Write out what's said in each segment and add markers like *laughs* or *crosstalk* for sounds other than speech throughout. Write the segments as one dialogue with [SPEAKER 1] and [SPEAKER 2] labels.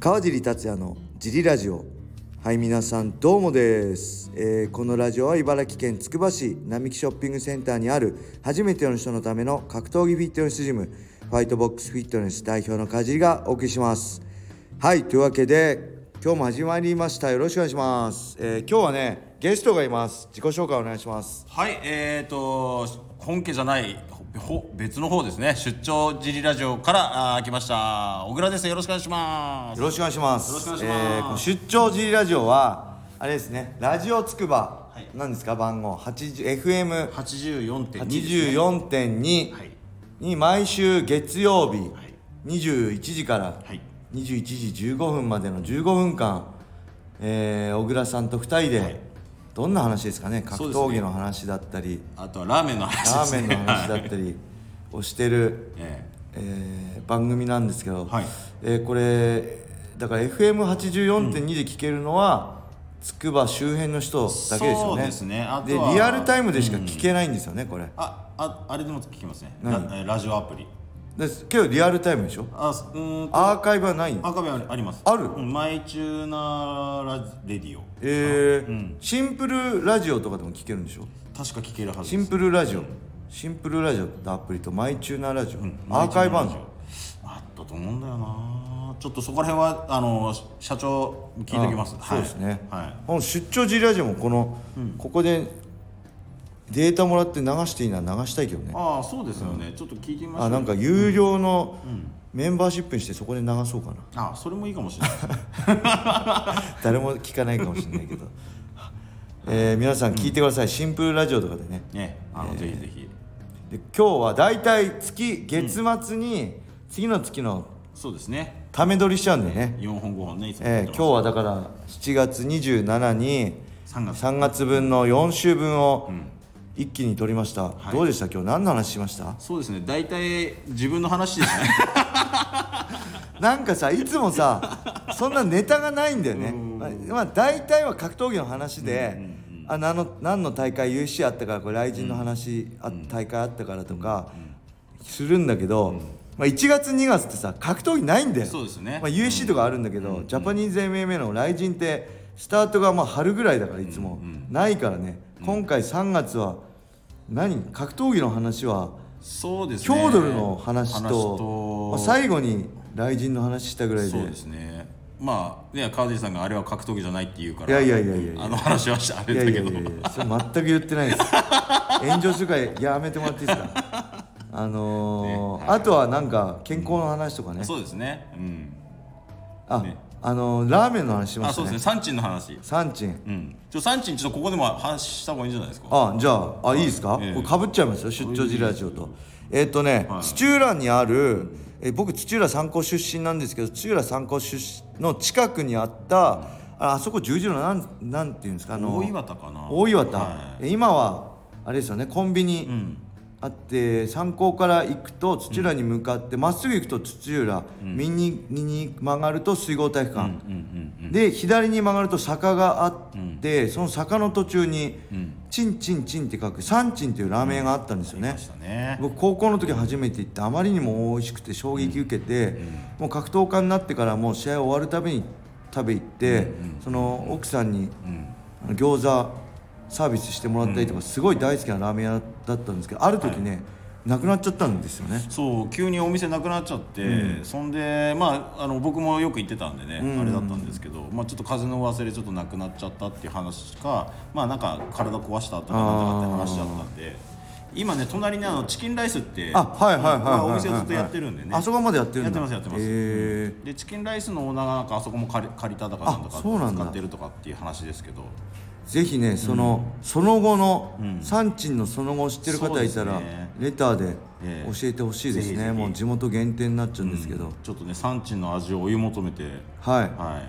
[SPEAKER 1] 川尻達也のジリラジオはい皆さんどうもです、えーこのラジオは茨城県つくば市並木ショッピングセンターにある初めての人のための格闘技フィットネスジムファイトボックスフィットネス代表の川尻がお送りしますはいというわけで今日も始まりましたよろしくお願いします、えー今日はねゲストがいます自己紹介お願いします
[SPEAKER 2] はい、えー、と本家じゃないほほ別の方ですね出張ジリラジオからあー来ました小倉ですよろしくお願いします
[SPEAKER 1] よろしくお願いします。
[SPEAKER 2] よろしくお願いします
[SPEAKER 1] えーこの出張 G ラジオはあれですね、ラジオつくば、
[SPEAKER 2] はい
[SPEAKER 1] なんですか番号80 FM
[SPEAKER 2] 84.2
[SPEAKER 1] 84.2
[SPEAKER 2] はい
[SPEAKER 1] に毎週月曜日
[SPEAKER 2] い
[SPEAKER 1] 21時から
[SPEAKER 2] はい
[SPEAKER 1] 21時15分までの15分間、えー小倉さんと2人でどんな話ですかね、格
[SPEAKER 2] そうですね
[SPEAKER 1] 闘技の話だったり、
[SPEAKER 2] あとはラーメンの話
[SPEAKER 1] ラ
[SPEAKER 2] で
[SPEAKER 1] ー
[SPEAKER 2] す
[SPEAKER 1] メン
[SPEAKER 2] ね
[SPEAKER 1] の話だっ
[SPEAKER 2] はい
[SPEAKER 1] たりをしてる。
[SPEAKER 2] え
[SPEAKER 1] えー番組なんですけど、
[SPEAKER 2] はい
[SPEAKER 1] えーこれだから FM84.2 で聞けるのは、つくば周辺の人だけですよね
[SPEAKER 2] そうですねあとは
[SPEAKER 1] でリアルタイムでしか聞けないんですよね、これ
[SPEAKER 2] ーあああれでも聞きますねラえーラジオアプリ
[SPEAKER 1] ですけどリアルタイムでしょ
[SPEAKER 2] あすうーんと
[SPEAKER 1] アーカイブはないん
[SPEAKER 2] アーカイブありあります
[SPEAKER 1] ある
[SPEAKER 2] うんマイチューナーラレディオ
[SPEAKER 1] えーシンプルラジオとかでも聞けるんでしょ
[SPEAKER 2] 確か聞けるはず
[SPEAKER 1] シ
[SPEAKER 2] で
[SPEAKER 1] ン
[SPEAKER 2] す
[SPEAKER 1] プルラジオシンプルラジオってアプリとマイチューナーラジオ、アーカイブあるの
[SPEAKER 2] あったと思うんだよなちょっとそこら辺はあの社長聞いておきます
[SPEAKER 1] あ
[SPEAKER 2] はい
[SPEAKER 1] そうですね、
[SPEAKER 2] はい
[SPEAKER 1] この出張 G ラジオもこの、ここでデータもらって流していいなら流したいけどね
[SPEAKER 2] ああそうですよね、ちょっと聞いてみましょう
[SPEAKER 1] あなんか有料のメンバーシップにしてそこで流そうかな、
[SPEAKER 2] あそれもいいかもしれない *laughs*
[SPEAKER 1] 誰も聞かないかもしれないけ *laughs* どえー皆さん聞いてください、シンプルラジオとかでね
[SPEAKER 2] ねあの、ぜひぜひ
[SPEAKER 1] で今日は大体月月末に次の月の
[SPEAKER 2] そうですね
[SPEAKER 1] ため撮りしちゃうんでね、
[SPEAKER 2] 4本5本ねいつも
[SPEAKER 1] えー今日はだから7月27に
[SPEAKER 2] 3月
[SPEAKER 1] 3月分の4週分を一気に撮りました、どうでした今日何の話しました
[SPEAKER 2] そうですね大体自分の話ですね
[SPEAKER 1] なんかさいつも *laughs* さそんなネタがないんだよね、まあ、まあ大体は格闘技の話で、あ何の何の大会 USC あったからこれ雷神の話、あ大会あったからとかするんだけど、まあ、1月2月ってさ格闘技ないんだよ
[SPEAKER 2] そうですね
[SPEAKER 1] まあ、USC とかあるんだけど、ジャパニーズ MMA の雷神ってスタートがまあ春ぐらいだからいつも、ないからね今回3月は何格闘技の話は
[SPEAKER 2] そうです
[SPEAKER 1] ヒ
[SPEAKER 2] ね
[SPEAKER 1] ョードルの話と
[SPEAKER 2] 話と
[SPEAKER 1] まあ、最後に雷神の話したぐらいで
[SPEAKER 2] そうですねまあね川尻さんがあれは格闘技じゃないって言うから
[SPEAKER 1] いやいやいやいやいや
[SPEAKER 2] あの話はしたあれ
[SPEAKER 1] い
[SPEAKER 2] だ
[SPEAKER 1] やい
[SPEAKER 2] け
[SPEAKER 1] や
[SPEAKER 2] ど
[SPEAKER 1] いやいやそれ全く言って
[SPEAKER 2] *laughs*
[SPEAKER 1] ないです炎上するからやめてもらっていいですかあのー
[SPEAKER 2] ねはい
[SPEAKER 1] あとはなんか健康の話とかね、
[SPEAKER 2] そうですねうん
[SPEAKER 1] あ、
[SPEAKER 2] ね
[SPEAKER 1] あのーラーメンの話しま
[SPEAKER 2] あ
[SPEAKER 1] し
[SPEAKER 2] そ
[SPEAKER 1] た
[SPEAKER 2] う
[SPEAKER 1] ね
[SPEAKER 2] ですねサンチンの話
[SPEAKER 1] サンチン
[SPEAKER 2] うんちょサンチンちょっとここでも話した方がいいんじゃないですか
[SPEAKER 1] あじゃああいいですか、
[SPEAKER 2] ええ
[SPEAKER 1] これかぶっちゃいますよ出張時ラジオとえっ、とね、
[SPEAKER 2] はい
[SPEAKER 1] 土浦にあるえー僕土浦三高出身なんですけど土浦三高出身の近くにあったああそこ十字路のなんなんていうんですかあの
[SPEAKER 2] 大岩田かな
[SPEAKER 1] 大岩田、
[SPEAKER 2] は
[SPEAKER 1] え今はあれですよねコンビニあって、三高から行くと土浦に向かってま、っすぐ行くと土浦、右に曲がると水郷体育館、で左に曲がると坂があって、その坂の途中に、チンチンチンって書く三チンっていうラーメン屋があったんですよね、
[SPEAKER 2] ましたね
[SPEAKER 1] 僕高校の時初めて行ってあまりにも美味しくて衝撃受けて、もう格闘家になってからもう試合終わるたびに食べ行って、その奥さんに、あの餃子サービスしてもらったりとか、すごい大好きなラーメン屋だったんですけどある時ね、なくなっちゃったんですよね
[SPEAKER 2] そう急にお店なくなっちゃって、そんでまああの僕もよく行ってたんでね、あれだったんですけど、まあ、ちょっと風の忘れちょっとなくなっちゃったっていう話かまあなんか体壊したとかなんだかって話だったんで今ね隣にあのチキンライスって
[SPEAKER 1] あはいはいはいはい
[SPEAKER 2] ま
[SPEAKER 1] はい、
[SPEAKER 2] あお店をずっとやってるんでね、
[SPEAKER 1] あそこまでやってるんだ
[SPEAKER 2] やってますやってます
[SPEAKER 1] へえ
[SPEAKER 2] でチキンライスのオーナーがなんかあそこも借り借りただかなんだか
[SPEAKER 1] あそうなんだ
[SPEAKER 2] 使ってるとかっていう話ですけど
[SPEAKER 1] ぜひねその、その後の、三鎮のその後を知ってる方いた
[SPEAKER 2] そ
[SPEAKER 1] ら、
[SPEAKER 2] うですね
[SPEAKER 1] レターで
[SPEAKER 2] ええ
[SPEAKER 1] 教えてほしいですね、
[SPEAKER 2] ぜひぜひ
[SPEAKER 1] もう地元限定になっちゃうんですけど、
[SPEAKER 2] ちょっとね産地の味を追い求めて
[SPEAKER 1] はい、
[SPEAKER 2] は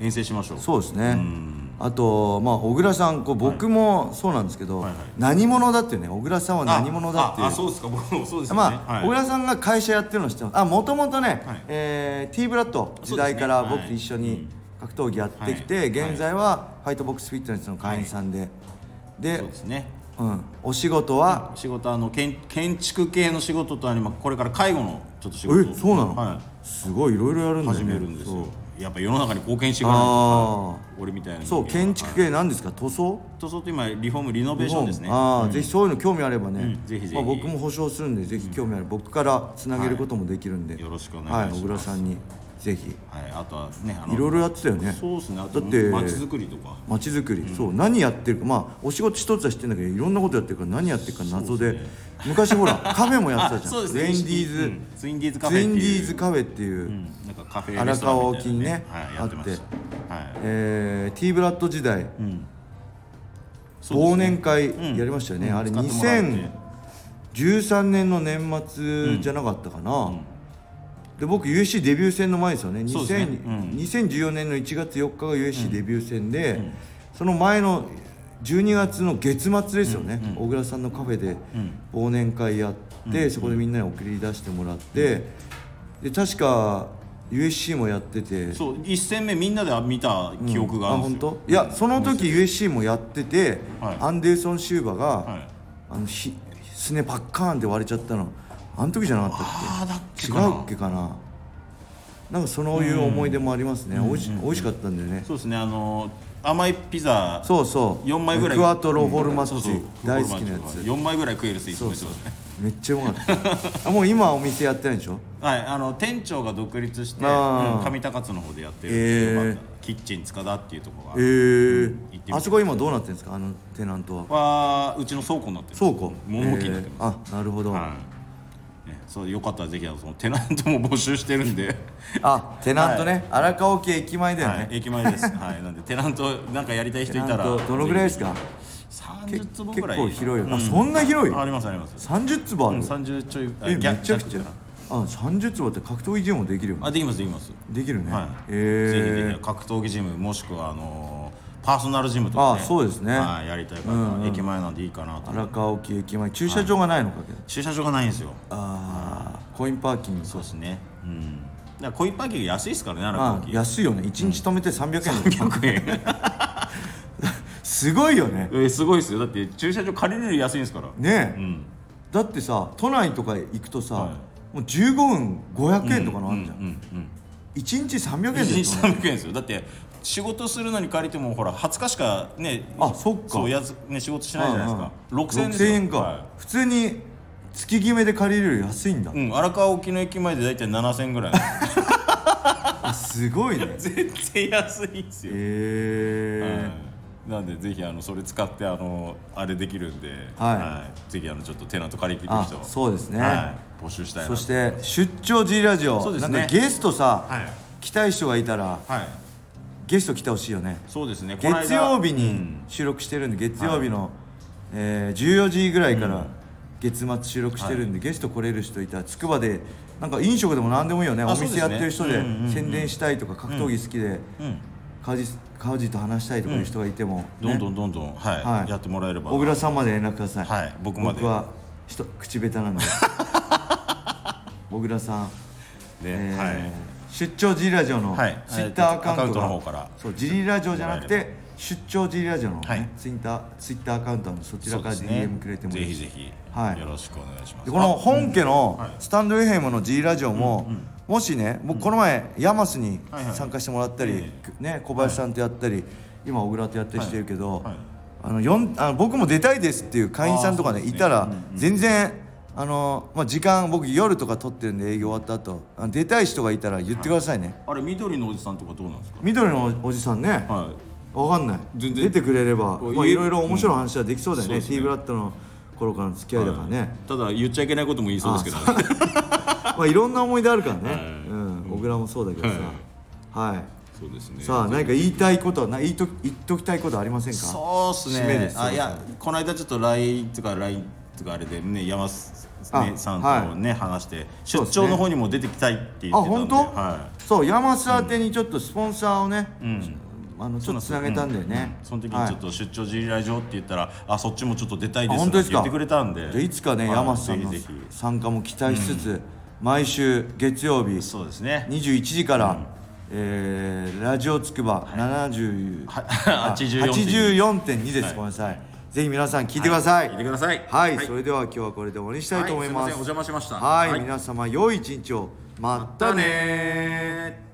[SPEAKER 2] い遠征しましょう
[SPEAKER 1] そうですね、あと、まあ、小倉さんこう僕もそうなんですけど、何者だっていうね小倉さんは何者だっていう
[SPEAKER 2] ああそうですか僕もそうですよね、
[SPEAKER 1] まあ
[SPEAKER 2] はい
[SPEAKER 1] 小倉さんが会社やってるの知ってますあもともとね、
[SPEAKER 2] はい
[SPEAKER 1] えー、T ブラッド時代から
[SPEAKER 2] そうですね
[SPEAKER 1] 僕と一緒に格闘技やってきて、
[SPEAKER 2] はいはい
[SPEAKER 1] 現在はファイトボックスフィットネスの会員さんで、で
[SPEAKER 2] そうですね
[SPEAKER 1] うん、お仕事は
[SPEAKER 2] 仕事はあの建建築系の仕事とありまこれから介護のちょっと仕事を
[SPEAKER 1] えそうなの
[SPEAKER 2] は
[SPEAKER 1] すごいいろいろやるん
[SPEAKER 2] い、
[SPEAKER 1] だよね
[SPEAKER 2] 始めるんですよ
[SPEAKER 1] そう
[SPEAKER 2] やっぱ世の中に貢献していかないと
[SPEAKER 1] あ
[SPEAKER 2] 俺みたいな
[SPEAKER 1] あ
[SPEAKER 2] 人
[SPEAKER 1] そう
[SPEAKER 2] 間は
[SPEAKER 1] 建築系なんですか塗装
[SPEAKER 2] 塗装って今リフォームリノベーションですね
[SPEAKER 1] ああ、ぜひそういうの興味あればね、
[SPEAKER 2] うんぜひぜひ
[SPEAKER 1] まあ、僕も保証するんでぜひ興味ある、僕からつなげることもできるんで、
[SPEAKER 2] よろしくお願いし
[SPEAKER 1] はい
[SPEAKER 2] ます
[SPEAKER 1] 小倉さんにぜひ
[SPEAKER 2] はい、あとはねあの
[SPEAKER 1] いろいろやってたよね
[SPEAKER 2] そうですねあ
[SPEAKER 1] だ
[SPEAKER 2] と
[SPEAKER 1] って
[SPEAKER 2] 街づくりとか
[SPEAKER 1] 街づくり、そう何やってるかまあお仕事一つは知ってんだけどいろんなことやってるから何やってるか謎で昔
[SPEAKER 2] *laughs*
[SPEAKER 1] ほらカフェもやってたじゃんツインディーズ、
[SPEAKER 2] うんツインディーズカフ
[SPEAKER 1] ツ
[SPEAKER 2] ェ
[SPEAKER 1] イ
[SPEAKER 2] っ
[SPEAKER 1] ン
[SPEAKER 2] て
[SPEAKER 1] デ
[SPEAKER 2] いう
[SPEAKER 1] ィーズカフェっていう、
[SPEAKER 2] うんなんかカフェ
[SPEAKER 1] 荒川沖にね
[SPEAKER 2] レストランみたいなねはい、やってましたはい
[SPEAKER 1] えー、T ブラッド時代、
[SPEAKER 2] そう
[SPEAKER 1] 忘
[SPEAKER 2] ですね
[SPEAKER 1] 年会やりましたよね、
[SPEAKER 2] うん
[SPEAKER 1] あれ
[SPEAKER 2] 使ってもらって
[SPEAKER 1] 2013年の年末じゃなかったかな、で僕 USC デビュー戦の前ですよね
[SPEAKER 2] そうですねうん
[SPEAKER 1] 2000 2014年の1月4日が USC デビュー戦で、その前の12月の月末ですよね、小倉さんのカフェで忘年会やって、そこでみんなに送り出してもらって、で確か USC もやってて
[SPEAKER 2] そう一戦目みんなで見た記憶があるん
[SPEAKER 1] 本
[SPEAKER 2] ですよ
[SPEAKER 1] 当、いやその時 USC もやってて、
[SPEAKER 2] はい
[SPEAKER 1] アンデルソン・シューバが、
[SPEAKER 2] はい
[SPEAKER 1] あのひすねパッカーンって割れちゃったのあの時じゃなかったっ
[SPEAKER 2] ああだっ
[SPEAKER 1] け
[SPEAKER 2] け
[SPEAKER 1] 違
[SPEAKER 2] かな
[SPEAKER 1] うっけかななんかそういう思い出もありますね、おいし美味しかったんだよね、
[SPEAKER 2] そうですねあの甘いピザ
[SPEAKER 1] そうそう
[SPEAKER 2] 4枚ぐらい
[SPEAKER 1] エクアトロフォルマッチ、
[SPEAKER 2] そうそう
[SPEAKER 1] 大好きなやつ
[SPEAKER 2] 4枚ぐらい食えるスイーツもそうですね
[SPEAKER 1] めっちゃうまかったあもう今はお店やってないでしょ
[SPEAKER 2] はい、あの店長が独立して、う
[SPEAKER 1] あー
[SPEAKER 2] ん上高津の方でやってる、
[SPEAKER 1] へー
[SPEAKER 2] よかったキッチン塚田っていうところが、
[SPEAKER 1] えー
[SPEAKER 2] 行ってみたい
[SPEAKER 1] あそこ今どうなってるんですかあのテナントは
[SPEAKER 2] はうちの倉庫になってる
[SPEAKER 1] 倉庫
[SPEAKER 2] 物置になって
[SPEAKER 1] え
[SPEAKER 2] ま
[SPEAKER 1] ーあなるほど、
[SPEAKER 2] す、はいね、そうよかったらぜひあのそのテナントも募集して
[SPEAKER 1] *laughs*
[SPEAKER 2] るんで、
[SPEAKER 1] あテナントね、荒川沖駅前だよね、
[SPEAKER 2] はい、駅前です、はい、なんでテナントなんかやりたい人いたら
[SPEAKER 1] なんとどのぐらいですか
[SPEAKER 2] 30坪
[SPEAKER 1] 結
[SPEAKER 2] ぐらい
[SPEAKER 1] 構広いよ、
[SPEAKER 2] う
[SPEAKER 1] あそんな広い
[SPEAKER 2] ありますあります
[SPEAKER 1] 30坪ある、
[SPEAKER 2] 30ちょいあ
[SPEAKER 1] えめ
[SPEAKER 2] 逆
[SPEAKER 1] ちゃくちゃ
[SPEAKER 2] 逆
[SPEAKER 1] あ30坪って格闘技ジムもできるよね
[SPEAKER 2] あできますできます
[SPEAKER 1] できるね、
[SPEAKER 2] はい、ぜひぜ
[SPEAKER 1] え
[SPEAKER 2] ひ格闘技ジムもしくはあのーパーソナルジムとか、ね、
[SPEAKER 1] あそうですね
[SPEAKER 2] はい、やりたい方、駅前なんでいいかな
[SPEAKER 1] ー、
[SPEAKER 2] と
[SPEAKER 1] 荒川沖駅前駐車場がないのかけど、
[SPEAKER 2] 駐車場がないんですよ
[SPEAKER 1] ああコインパーキング
[SPEAKER 2] そうですねうんだからコインパーキング安いですからね
[SPEAKER 1] あ
[SPEAKER 2] 荒
[SPEAKER 1] ー
[SPEAKER 2] 川
[SPEAKER 1] 安いよね1日止めて300円、
[SPEAKER 2] 100円
[SPEAKER 1] *laughs* すごいよね
[SPEAKER 2] *laughs* えすごいですよだって駐車場借りるより安いんですから
[SPEAKER 1] ねえ、
[SPEAKER 2] ん
[SPEAKER 1] だってさ都内とか行くとさ、
[SPEAKER 2] はい
[SPEAKER 1] もう15分500円とかのあるじゃん、
[SPEAKER 2] うんうん
[SPEAKER 1] 一1日300円
[SPEAKER 2] 1
[SPEAKER 1] で
[SPEAKER 2] 日300円ですよだって仕事するのに借りてもほら20日しかね
[SPEAKER 1] あそっか
[SPEAKER 2] そうやつ、ね、仕事しないじゃないですか、
[SPEAKER 1] うんうん
[SPEAKER 2] 6000円ですよ
[SPEAKER 1] 6000円か、
[SPEAKER 2] は
[SPEAKER 1] 普通に月決めで借りるより安
[SPEAKER 2] *laughs*
[SPEAKER 1] いんだ、
[SPEAKER 2] いうん、荒川沖の駅前で大体7000円ぐらい *laughs*
[SPEAKER 1] あすごいね
[SPEAKER 2] 全然安いんですよ
[SPEAKER 1] え
[SPEAKER 2] はいなんでぜひあのそれ使ってあのあれできるんで、
[SPEAKER 1] はい
[SPEAKER 2] いぜひあのちょっとテナント借りてい
[SPEAKER 1] ー、
[SPEAKER 2] く
[SPEAKER 1] あ
[SPEAKER 2] 人を
[SPEAKER 1] そうですね、
[SPEAKER 2] はい、募集したいな
[SPEAKER 1] そして出張 G ラジオ、
[SPEAKER 2] そうです
[SPEAKER 1] なん
[SPEAKER 2] ね
[SPEAKER 1] かゲストさ、
[SPEAKER 2] はい
[SPEAKER 1] 来たい人がいたら
[SPEAKER 2] はい
[SPEAKER 1] ゲスト来てほしいよね
[SPEAKER 2] そうですねこの間
[SPEAKER 1] 月曜日
[SPEAKER 2] う
[SPEAKER 1] に
[SPEAKER 2] ん
[SPEAKER 1] 収録してるんで月曜日の、えー14時ぐらいから月末収録してるんで、ゲスト来れる人いたらつくばでなんか飲食でも何でもいいよねお
[SPEAKER 2] そうです
[SPEAKER 1] 店
[SPEAKER 2] ね
[SPEAKER 1] やってる人で
[SPEAKER 2] うんうんうん
[SPEAKER 1] 宣伝したいとか格闘技好きで
[SPEAKER 2] うん
[SPEAKER 1] 川地川地と話したいとかいう人がいても、
[SPEAKER 2] どん
[SPEAKER 1] ね
[SPEAKER 2] どんどんどん、はい
[SPEAKER 1] はい
[SPEAKER 2] やってもらえれば
[SPEAKER 1] 小倉さんまで連絡ください
[SPEAKER 2] はい僕まで
[SPEAKER 1] 僕はひと口下手なんで
[SPEAKER 2] *laughs*
[SPEAKER 1] 小倉さん、
[SPEAKER 2] ね、
[SPEAKER 1] えー
[SPEAKER 2] はい
[SPEAKER 1] 出張ジリラジオの
[SPEAKER 2] はい
[SPEAKER 1] ツイッターアカウントが、
[SPEAKER 2] アカウントの方から
[SPEAKER 1] そうジリラジオじゃなく
[SPEAKER 2] もら
[SPEAKER 1] て出張ジリラジオの、ね
[SPEAKER 2] はい
[SPEAKER 1] ツイッターツイッターアカウントのそちらから
[SPEAKER 2] そうですね
[SPEAKER 1] DM くれてもいい
[SPEAKER 2] ぜひ
[SPEAKER 1] です
[SPEAKER 2] ぜひ、
[SPEAKER 1] はい
[SPEAKER 2] よろしくお願いします
[SPEAKER 1] でこの本家のスタンド FM の G ラジオも、もしね僕この前ヤマスに
[SPEAKER 2] はいはい
[SPEAKER 1] 参加してもらったり、
[SPEAKER 2] え
[SPEAKER 1] ね、小林さんとやったり、今小倉とやったりしてるけど、
[SPEAKER 2] はいはい
[SPEAKER 1] あのよんあの僕も出たいですっていう会員さんとかね
[SPEAKER 2] あーそうです
[SPEAKER 1] い
[SPEAKER 2] ね
[SPEAKER 1] たら全然、あのまあ、時間僕夜とか撮ってるんで営業終わった後あの出たい人がいたら言ってくださいね、
[SPEAKER 2] あれ緑のおじさんとかどうなんですか
[SPEAKER 1] 緑のおじさんね、
[SPEAKER 2] はい
[SPEAKER 1] わかんない
[SPEAKER 2] 全
[SPEAKER 1] 出
[SPEAKER 2] 然
[SPEAKER 1] てくれれば、
[SPEAKER 2] こう
[SPEAKER 1] まあ、
[SPEAKER 2] 言え
[SPEAKER 1] いろいろ面白い話はできそうだよね,、
[SPEAKER 2] うんそうですね
[SPEAKER 1] T ブラッドの頃からの付き合いだからね、
[SPEAKER 2] ただ言っちゃいけないことも言いそうですけど、ね、
[SPEAKER 1] ま
[SPEAKER 2] *laughs*
[SPEAKER 1] あいろんな思い出あるからね、
[SPEAKER 2] はい
[SPEAKER 1] うん、小倉もそうだけどさ、はい、
[SPEAKER 2] そうですね
[SPEAKER 1] さあ何か言いたいことはな言いと言っときたいことありませんか
[SPEAKER 2] そうっす
[SPEAKER 1] 締め
[SPEAKER 2] ね
[SPEAKER 1] です
[SPEAKER 2] あいやこの間ちょっと LINE とか LINE とかあれでね山すね
[SPEAKER 1] あ
[SPEAKER 2] さんとね、話して
[SPEAKER 1] そう
[SPEAKER 2] 出
[SPEAKER 1] ですね
[SPEAKER 2] 張の方にも出てきたいって言って
[SPEAKER 1] あ
[SPEAKER 2] たんで
[SPEAKER 1] 本当、
[SPEAKER 2] は
[SPEAKER 1] そう山瀬宛てにちょっとスポンサーをね、
[SPEAKER 2] ん
[SPEAKER 1] あのちょっとつなげたんだよね、
[SPEAKER 2] いその時にちょっと出張事来場って言ったら、あそっちもちょっと出たいで
[SPEAKER 1] あ
[SPEAKER 2] す
[SPEAKER 1] 本
[SPEAKER 2] っ
[SPEAKER 1] 当で
[SPEAKER 2] て
[SPEAKER 1] すか
[SPEAKER 2] 言ってくれたんで
[SPEAKER 1] じゃあいつかね
[SPEAKER 2] はい
[SPEAKER 1] 山瀬さんの
[SPEAKER 2] ぜひぜひ
[SPEAKER 1] 参加も期待しつつ、毎週月曜日
[SPEAKER 2] そうですね
[SPEAKER 1] 21時から、えーラジオつくば70
[SPEAKER 2] は
[SPEAKER 1] あ
[SPEAKER 2] 84.2
[SPEAKER 1] 84.2です、ごめんなさいぜひ皆さん聞いてください、
[SPEAKER 2] 聞いてください
[SPEAKER 1] はい、
[SPEAKER 2] はい
[SPEAKER 1] それでは今日はこれで終わりにしたいと思います。
[SPEAKER 2] はいすいませんお邪魔しました
[SPEAKER 1] はい、
[SPEAKER 2] はい
[SPEAKER 1] 皆様良い一日を。またねー
[SPEAKER 2] ねー